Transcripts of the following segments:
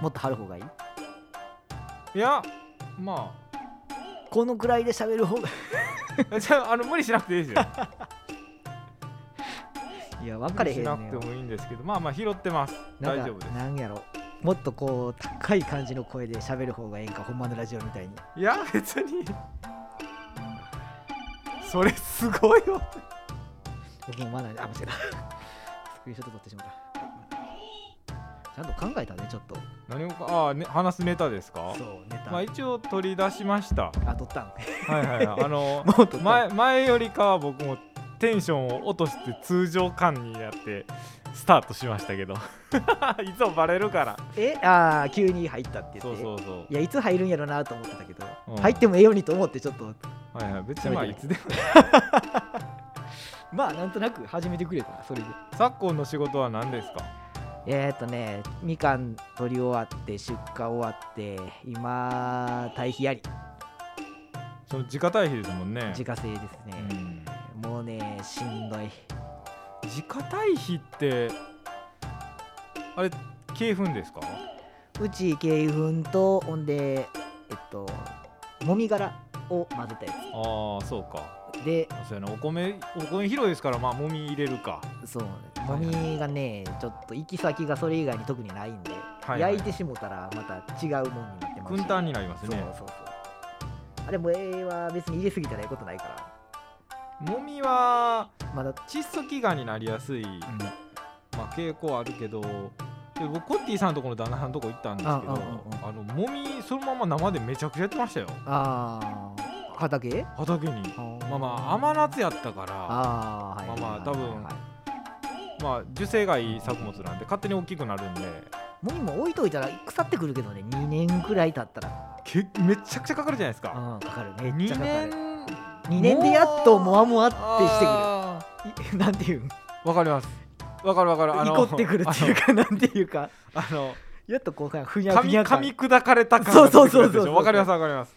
もっと張る方がいいいやまこのくらいで喋る方があじゃああの 無理しなくていいですよいや分かれへんね無理んしなくてもいいんですけどまあまあ拾ってますなん大か丈夫ですなんやろもっとこう高い感じの声で喋る方がええんかほんまのラジオみたいにいや別にそれすごいよ僕もまだ あ間違えたスクリーンショット撮ってしまったちゃんと考えたねちょっと何をかああ、ね、話すネタですかそうネタ、まあ一応取り出しましたあ撮ったん はいはいはいあのもう撮った前前よりかは僕もテンションを落として通常感になってスタートしましたけど いつもバレるからえああ急に入ったって言ってそうそうそういやいつ入るんやろなと思ってたけど、うん入ってもええようにと思ってちょっとはいはい別にまあ冷めいてつでもまあなんとなく始めてくれたなそれで昨今の仕事は何ですかえー、っとねみかん取り終わって出荷終わって今堆肥やりその自家対比ですもんね自家製ですうね、んもうねしんどい自家対比ってあれ鶏粉ですかうち鶏粉とほんでえっともみ殻を混ぜたやああそうかつでそうやなお米お米広いですからまあもみ入れるかそうもはいはいみがねちょっと行き先がそれ以外に特にないんで、いはい焼いてしもたらまた違うもんになってます軍し艦になりますそうねそうそうあれもええは別に入れすぎたらええことないかもみはらまだ窒素飢餓になりやすい、まあ、傾向あるけどで僕コッティさんとこの旦那さんのとこ行ったんですけどああのもみそのまま生でめちゃくちゃやってましたよああ畑畑にまあまああ甘夏やったからあーはいはいはいはいまあまあ多分まあ受精がいい作物なんで勝手に大きくなるんでもみも置いといたら腐ってくるけどね2年くらい経ったらけめちゃくちゃかかるじゃないですか、うんかかるめっ二ちゃかかる年2年でやっともわもわってあしてくるいなんていうんーわかりますわかるわかるあいのこってくるっていうかなんていうかあのやっとこうふにゃ噛ふみにゃ噛感み砕かれた感そうそうそうそう出てくるやつでしょわかりますわかります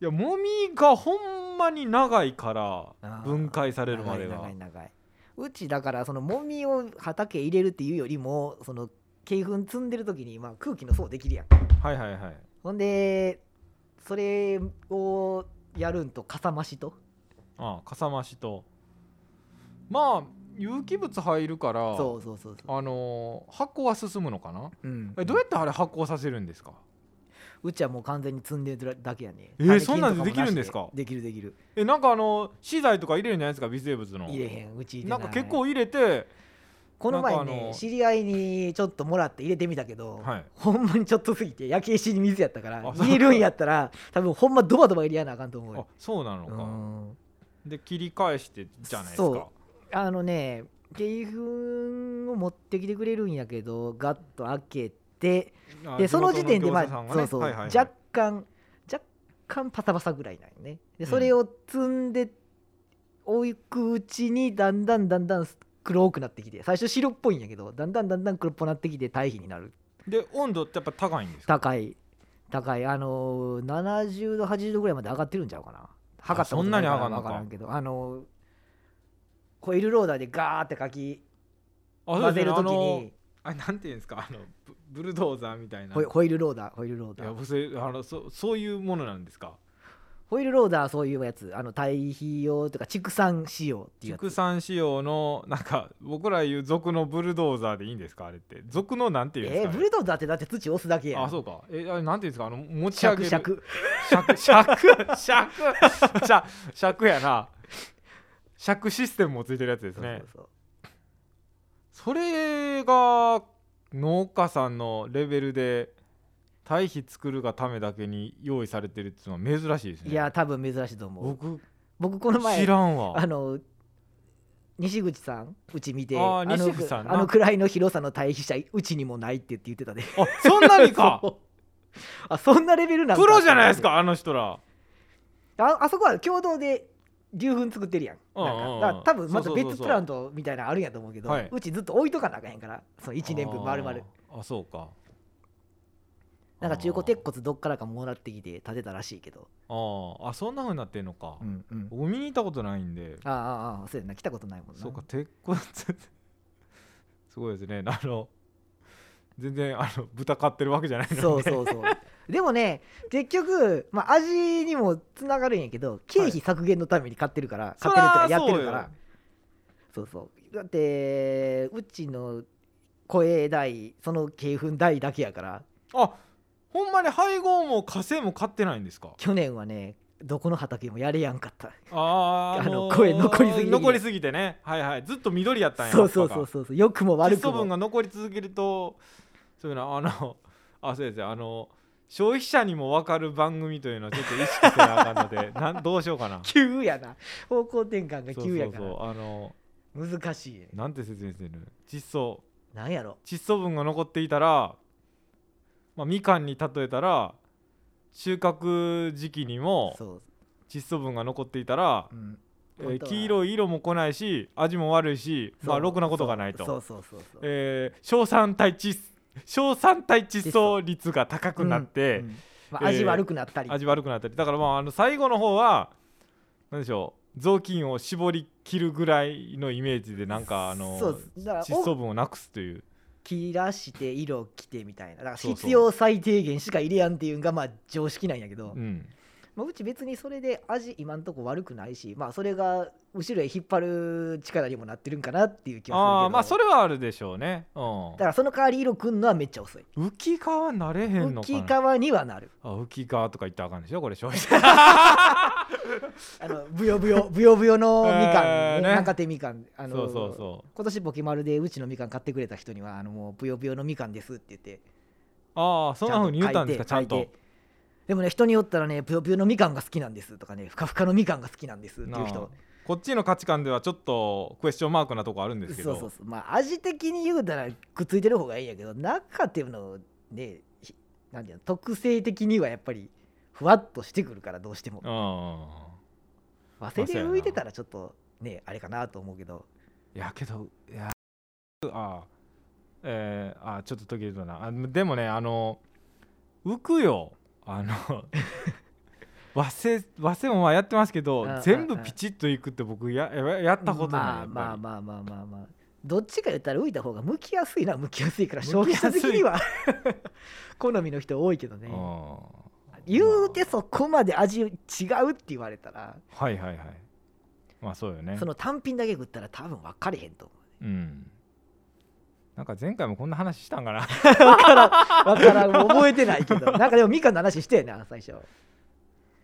いやもみがほんまに長いからー分解されるまでが長い長い長いうちだからそのもみを畑入れるっていうよりもその鶏粉積んでる時にまあ空気の層できるやんはいはいはいほんでそれをやるんとかさ増しとああかさ増しとまあ有機物入るからそうそうそうそう、あのー発酵は進むのかなうん、えどうやってあれ発酵させるんですかうちはもう完全に積んでるだけやねえー種菌そんなんでともしできるんですかできるできるえなんかあの資材とか入れるんじゃないですか微生物の入れへんうち入れないんか結構入れてこの前なんかあねの知り合いにちょっともらって入れてみたけど、はいほんまにちょっとすぎて焼け石に水やったからあそう入れるんやったら多分ほんまドバドバ入れやなあかんと思うあよそうなのうかんで切り返してじゃないですかそあのね鶏粉を持ってきてくれるんやけどガッと開けてあでその時点でまあ地元の業者さんがねそうそうはいはいはい若干若干パサパサぐらいなんよねでそれを積んで置くうちにだんだんだんだん黒くなってきて最初白っぽいんやけどだんだんだんだん黒っぽなってきて堆肥になるで温度ってやっぱ高いんですか高い高いあのー、70度80度ぐらいまで上がってるんちゃうかな測ったこといからそんなに上がんの分かからんけどあのー、コイルローダーでガーってかきあそう混でぜするねあときのにあなんていうんですかあのブブルドーザーみたいなホイホイルローダーホイルローいダやーそれあのそそういうものなんですかホイルローダーはそういうやつあの堆肥用とか畜産仕様っていうや畜つ産仕様のなんか 僕ら言う俗のブルドーザーでいいんですかあれって俗のなんていうんでえすー、か、ブルドーザーってだって土押すだけやんあそうかえあれなんていうんですかあの持ちシ上ャげクるシャク尺尺 尺尺尺やな尺システムもついてるやつですねそうそうそれが農家さんのレベルで堆肥作るがためだけに用意されてるっていうのは珍しいですそういねや多分珍しいと思う僕僕この前知らんわあの西口さんうち見てあーの西口さんなあのくらいの広さの対比者うちにもないって言って言ってたで、ね、あそんなにか そうあそんなレベルなんだプロじゃないですかあの人らああそこは共同で牛粉作ってるやんうんうんうんなんかだから多分またそうそうそうそう別プラントみたいなのあるんやと思うけどはいうちずっと置いとかなあかへんからその1年分丸々あーあそうかなんか中古鉄骨どっからかもらってきて建てたらしいけど、あーあそんなふうになってんのか、んうん、僕見に行ったことないんでああああそうやな来たことないもんなそうか鉄骨ってすごいですねあの全然あの豚飼ってるわけじゃないのに、ね、そうそうそう でもね結局、まあ、味にもつながるんやけど経費削減のために買ってるから、買ってるってかやってるからそうそうだってうちの声代その鶏粉代だけやからそあほんまに配合も火星も飼ってないんですか去年はねどこの畑もやれやんかったあーあのもう声残りすぎて残りすぎてねはいはいずっと緑やったんやそうそう葉っぱそうがそうそう良くも悪窒く素分もが残り続けるとそういうのあのあそうですねあの消費者にも分かる番組というのはちょっと意識せなあかんのでなんどうしようかな急やな方向転換が 急やからそうそうそうあの難しいねなんて説明してる窒素なんやろ窒素分が残っていたら、まあ、みかんに例えたら収穫時期にもそう、窒素分が残っていたらう、ん、え本ー当は黄色い色も来ないし味も悪いしまあろくなことがないとそうそうそうそうそうえー硝酸体窒硝酸体窒素率が高くなって、うんうんまあ、味悪くなったり、味悪くなったりだからまああの最後の方は何でしょう雑巾を絞り切るぐらいのイメージでなんかあのそうだから窒素分をなくすという切らして色を着てみたいなだからそうそう必要最低限しか入れやんっていうのがまあ常識なんやけどう、んまあ、うち別にそれで味今んとこ悪くないしまあそれが後ろへ引っ張る力にもなってるんかなっていう気はするけどああまあそれれはあるでしょうね、うだからその代わり色くんのはめっちゃ遅いん、浮き皮なれへんの浮かきな皮にはなるあ浮き皮とか言ったらあかんでしょこれ消費 者あのブヨブヨブヨブヨのみかん、 えーねね中手みかんあのそうそうそう今年ポケマルでうちのみかん買ってくれた人にはあのもうブヨブヨのみかんですって言ってああそんなふうに言ったんですかちゃん書いとてでもね人によったらねぷよぷよのみかんが好きなんですとかねふかふかのみかんが好きなんですっていうなあ人こっちの価値観ではちょっとクエスチョンマークなとこあるんですけそどうそうそうまあ味的に言うたらくっついてる方がいいんやけど中っていうのねひなんていうの特性的にはやっぱりふわっとしてくるからどうしてもうん和製まあそうでやな浮いてたらちょっとねあれかなと思うけどいやけどいやあえー、あちょっと途切れたなあでもねあの浮くよあの 和製和製もまあやってますけどうんうんうん全部ピチッといくって僕やややったことまないやあっぱり、まあまあまあまあまあどっちか言ったら浮いた方が向きやすいな向きやすいから消費者的には 好みの人多いけどねうん言うてそこまで味違うって言われたらはいはいはいまあそうよねその単品だけ食ったら多分分かれへんと思ううんなんか前回もこんな話したんかな 分からん覚えてないけど なんかでもみかんの話してやな最初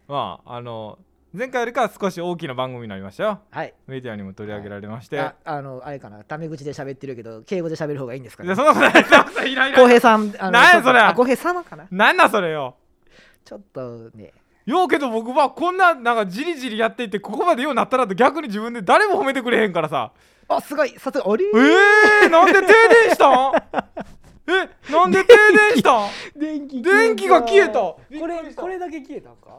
まああの前回よりかは少し大きな番組になりましたよはいメディアにも取り上げられまして、ああのあれかなタメ口で喋ってるけど敬語で喋る方がいいんですかいやねそんなことないそんなことないいないいない浩平さんあのなんやうそれあ浩平様かななんだそれよちょっとねようけど僕はこんななんかじりじりやっていってここまでようなったらと逆に自分で誰も褒めてくれへんからさあすごいさすがあれえー、なんで停電したんえなんで停電したん電気電気が消えたここれこれだけ消えたんか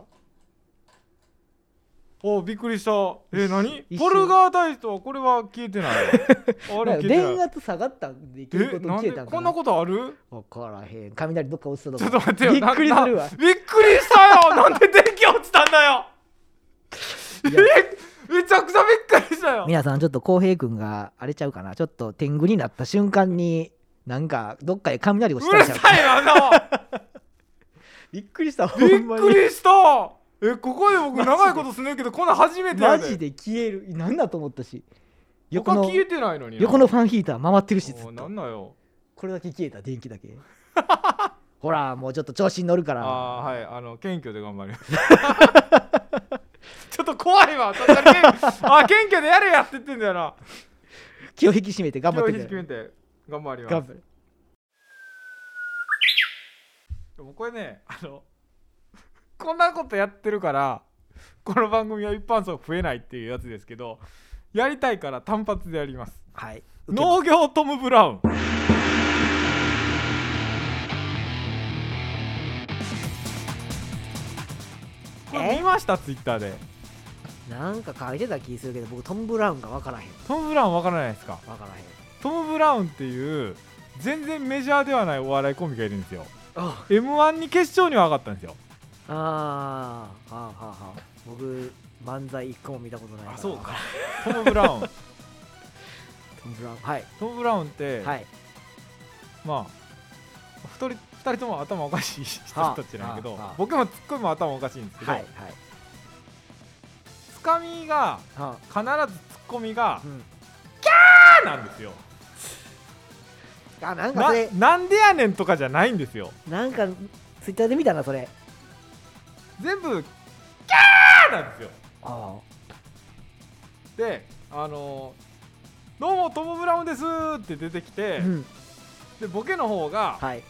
おびっくりしたえ何一瞬ポルガーダイストはこれは消えてない あれ消えて電ない圧下がったんで消ええことなん消でえたんこかんななことある分からへん雷どっか落ちたとちょかっと待ってよびっくりするなわなびっくりしたよ なんで電気落ちたんだよいやえめちゃくちゃびっくりしたよ皆さんちょっと浩平君が荒れちゃうかなちょっと天狗になった瞬間になんかどっかで雷をしうたるんちゃうかさいよあんなもんびっくりした ほびっんまくにりしたえここで僕長いことすねんけどこんなん初めてやマでジで消えるなんだと思ったし横他の消えてないのにな横のファンヒーター回ってるしずおっうなとんだよこれだけ消えた電気だけほらもうちょっと調子に乗るからあーはいあの謙虚で頑張ります ちょっと怖いわさすがに謙あ謙虚でやれやって言ってんだよな気を引き締めて頑張っ今日て引きく決めれて頑張りま頑す張るでもこれねあのこんなことやってるからこの番組は一般層増えないっていうやつですけどやりたいから単発でやりますはい受けます農業トム・ブラウンこれえ見ましたツイッターでなんか書いてた気するけど僕トム・ブラウンが分からへんトム・ブラウンわからないですか分からへんトム・ブラウンっていう全然メジャーではないお笑いコンビがいるんですよあ m 1に決勝には上がったんですよあーはあはあはあ僕漫才一個も見たことないからトム・ブラウ ントム・ブラウンはいトム・ブラウンって、はいまあ2人二人とも頭おかしい人はあたちなんやけど、はあはあ僕もツッコミも頭おかしいんですけど、はいつかみがは必ずツッコミがい、うん、 「あーなんですよあなんかなそれなんでやねんとかじゃないんですよなんかツイッターで見たなそれ全部「キャー!」なんですよあであのーどうもトム・ブラウンです」って出てきあて、うんでボケの方が、はい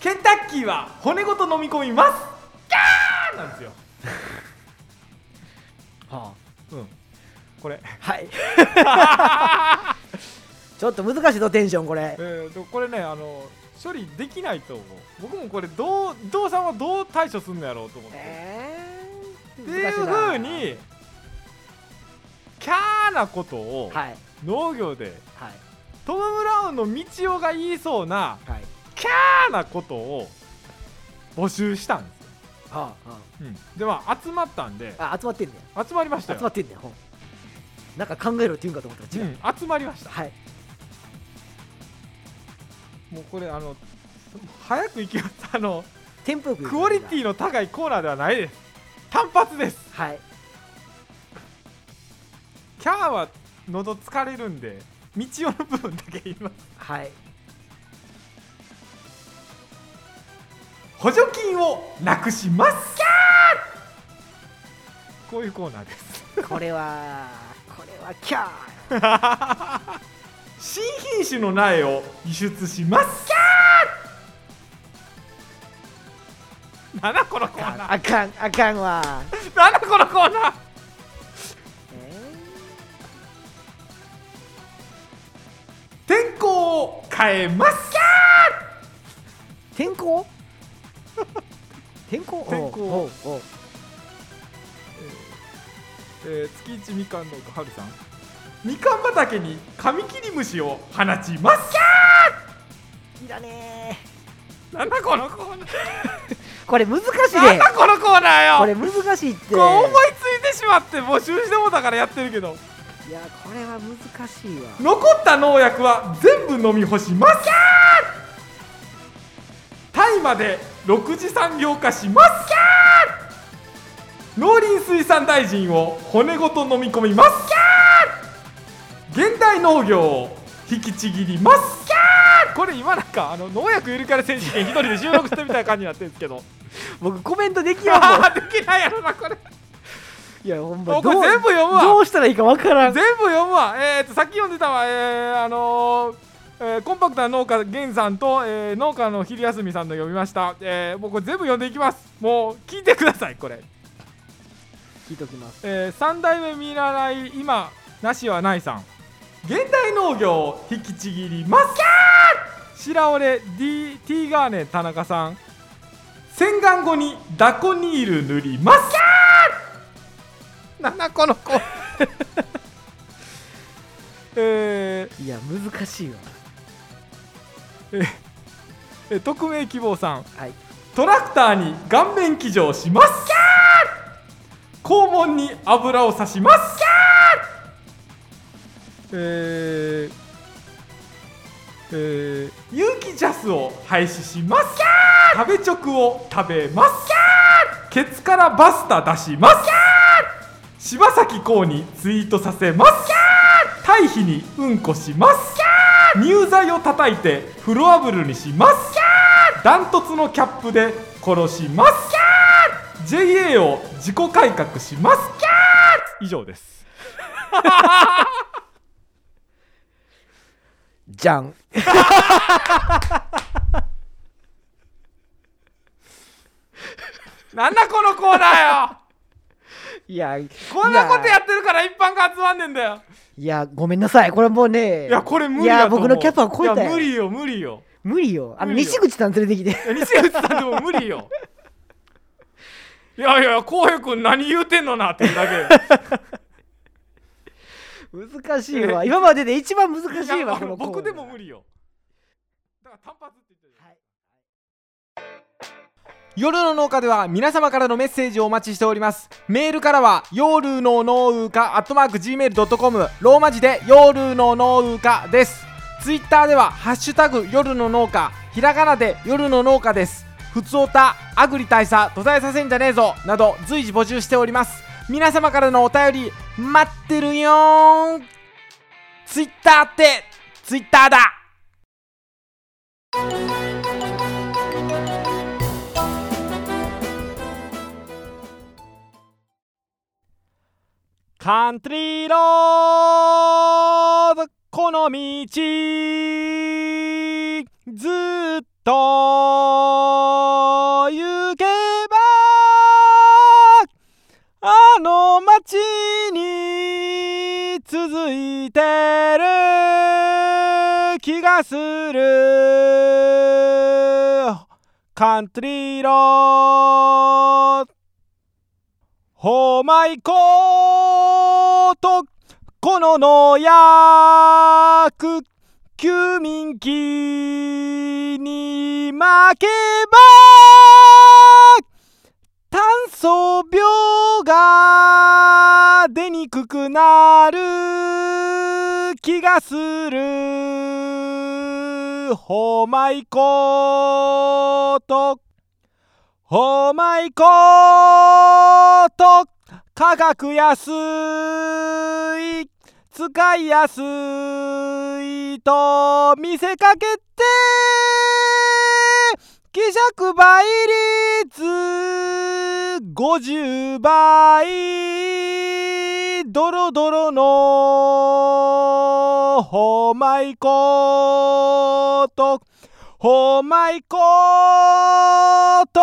ケンタッキーは骨ごと飲み込みますキャーなんですよ、はうん、これ、あはい ちょっと難しいぞテンションこれえーと、これねあの処理できないと思う僕もこれどう伊藤さんはどう対処するんのやろうと思って、ええっていうふうにキャーなことをはい農業で、はいトム・ブラウンの道夫が言いそうなはいキャーなことを募集したんですよ、はあ、はうん、でまあ集まったんであ、あ集まってんね集まりましたやよ集まってんねやほんなんか考えろって言うんかと思ったら違う、うん集まりましたはいもうこれあの早く行きますあのテンポよく言うクオリティの高いコーナーではないです単発ですはいキャーは喉疲れるんで道夫の部分だけ言いますはい補助金をなくしますキャーこういうコーナーですこれは これは キャー新品種の苗を輸出しますキャーなんだこのコーナーあかんあかんわなんだこのコーナーえ天候を変えますキャー天候天候 天お候うおうおうえー月一みかん農家はるさんみかん畑にカミキリムシを放ちますいらねなんだこのコーナーーこれ難しい なんでだこのコーナーよここれれ難しいって思いついてしまって募集してもだからやってるけどいやこれは難しい わ残った農薬は全部飲み干します大麻で6次産業化します農林水産大臣を骨ごと飲み込みます現代農業を引きちぎりますこれ今なんかあの農薬ゆるかれ選手権一人で収録してみたいな感じになってるんですけど僕コメントでき やんもんあーできないやろなこれいやほんもまうこれどう全部読むわどうしたらいいかわからん全部読むわ、えー、とさっき読んでたわ、えーあのーえーコンパクトな農家源さんと、えー農家の昼休みさんの読みました、えー、もうこれ全部読んでいきますもう聞いてくださいこれ、聞いときますえー、3代目見習い今なしはないさん現代農業を引きちぎります白折れ D T ガーネ田中さん洗顔後にダコニール塗ります7個の子 えー、いや難しいわえ匿名希望さんはいトラクターに顔面騎乗します肛門に油を差しますえーえー有機ジャスを廃止します食べ直を食べますケツからバスタ出します柴咲コウにツイートさせます堆肥にうんこします乳剤を叩いてフロアブルにしますダントツのキャップで殺します JA を自己改革します以上ですじゃんなんだこのコーナ ーよいやこんなことやってるから一般が集まんねんだよいやごめんなさいこれもうねいやこれ無理いだやと思う僕のキャパを超えたいやよ無理よ無理よ無理よあの無理よ西口さん連れてきて いや西口さんでも無理 よいやいや浩平君何言うてんのなっていうだけよ難しいわ今までで一番難しいわいこやの僕でも理無理よだから単発って言ってる夜の農家では皆様からのメッセージをお待ちしておりますメールからは夜の農家アットマーク Gmail.com ローマ字で夜の農家ですツイッターでは「ハッシュタグ夜の農家」ひらがなで夜の農家ですふつおたアグリ大佐途絶えさせんじゃねえぞなど随時募集しております皆様からのお便り待ってるよーんツイッターってツイッターだカントリーロードこの道ずっと行けばあの街に続いてる気がするカントリーロードほまいことこの農薬休眠期に負けば炭素病が出にくくなる気がするほまいことほまいこと価格安い使いやすいと見せかけて希釈倍率50倍ドロドロのほまいことほまいこと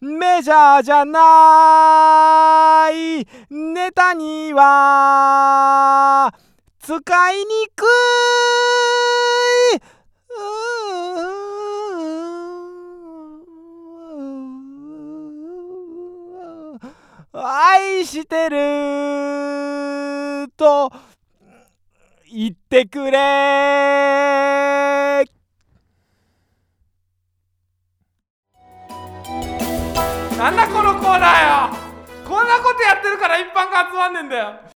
メジャーじゃないネタには使いにくいうー愛してると言ってくれなんだこのコーナーよこんなことやってるから一般が集まんねんだよ